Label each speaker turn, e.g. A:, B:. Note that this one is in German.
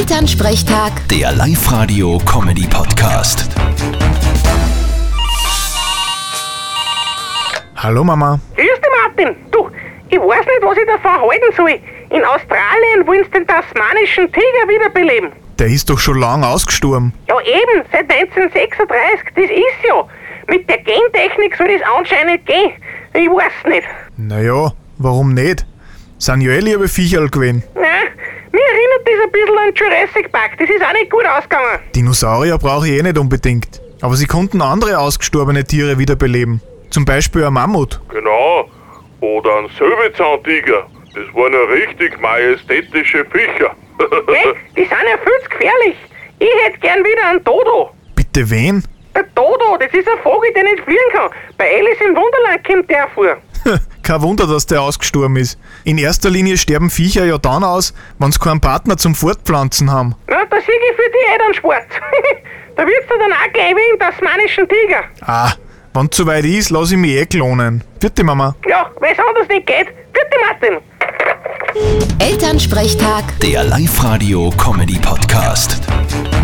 A: Elternsprechtag,
B: Der Live-Radio-Comedy-Podcast.
C: Hallo Mama.
D: Grüß dich, Martin. Du, ich weiß nicht, was ich davon halten soll. In Australien wollen sie den tasmanischen Tiger wiederbeleben.
C: Der ist doch schon lang ausgestorben.
D: Ja, eben, seit 1936, das ist ja. Mit der Gentechnik soll das anscheinend gehen. Ich weiß nicht.
C: Naja, warum nicht? Sind ja eh liebe Viecherl gewesen.
D: Nein, mir erinnert das ein bisschen an Jurassic Park. Das ist auch nicht gut ausgegangen.
C: Dinosaurier brauche ich eh nicht unbedingt. Aber sie konnten andere ausgestorbene Tiere wiederbeleben. Zum Beispiel ein Mammut.
E: Genau. Oder ein Säbelzahntiger. Das waren ja richtig majestätische Viecher.
D: Gell? Die sind ja viel zu gefährlich. Ich hätte gern wieder einen Dodo.
C: Bitte wen?
D: Der Dodo, das ist ein Vogel, der nicht fliegen kann. Bei Alice im Wunderland kommt der vor.
C: Kein Wunder, dass der ausgestorben ist. In erster Linie sterben Viecher ja dann aus, wenn sie keinen Partner zum Fortpflanzen haben.
D: Na, da sehe ich für die eh dann schwarz. da wird's dir dann auch gleich wie im tasmanischen Tiger.
C: Ah, wenn's soweit ist, lass ich mich eh klonen. Vierte Mama.
D: Ja, weil's anders nicht geht. Bitte, Martin.
A: Elternsprechtag.
B: Der Live-Radio-Comedy-Podcast.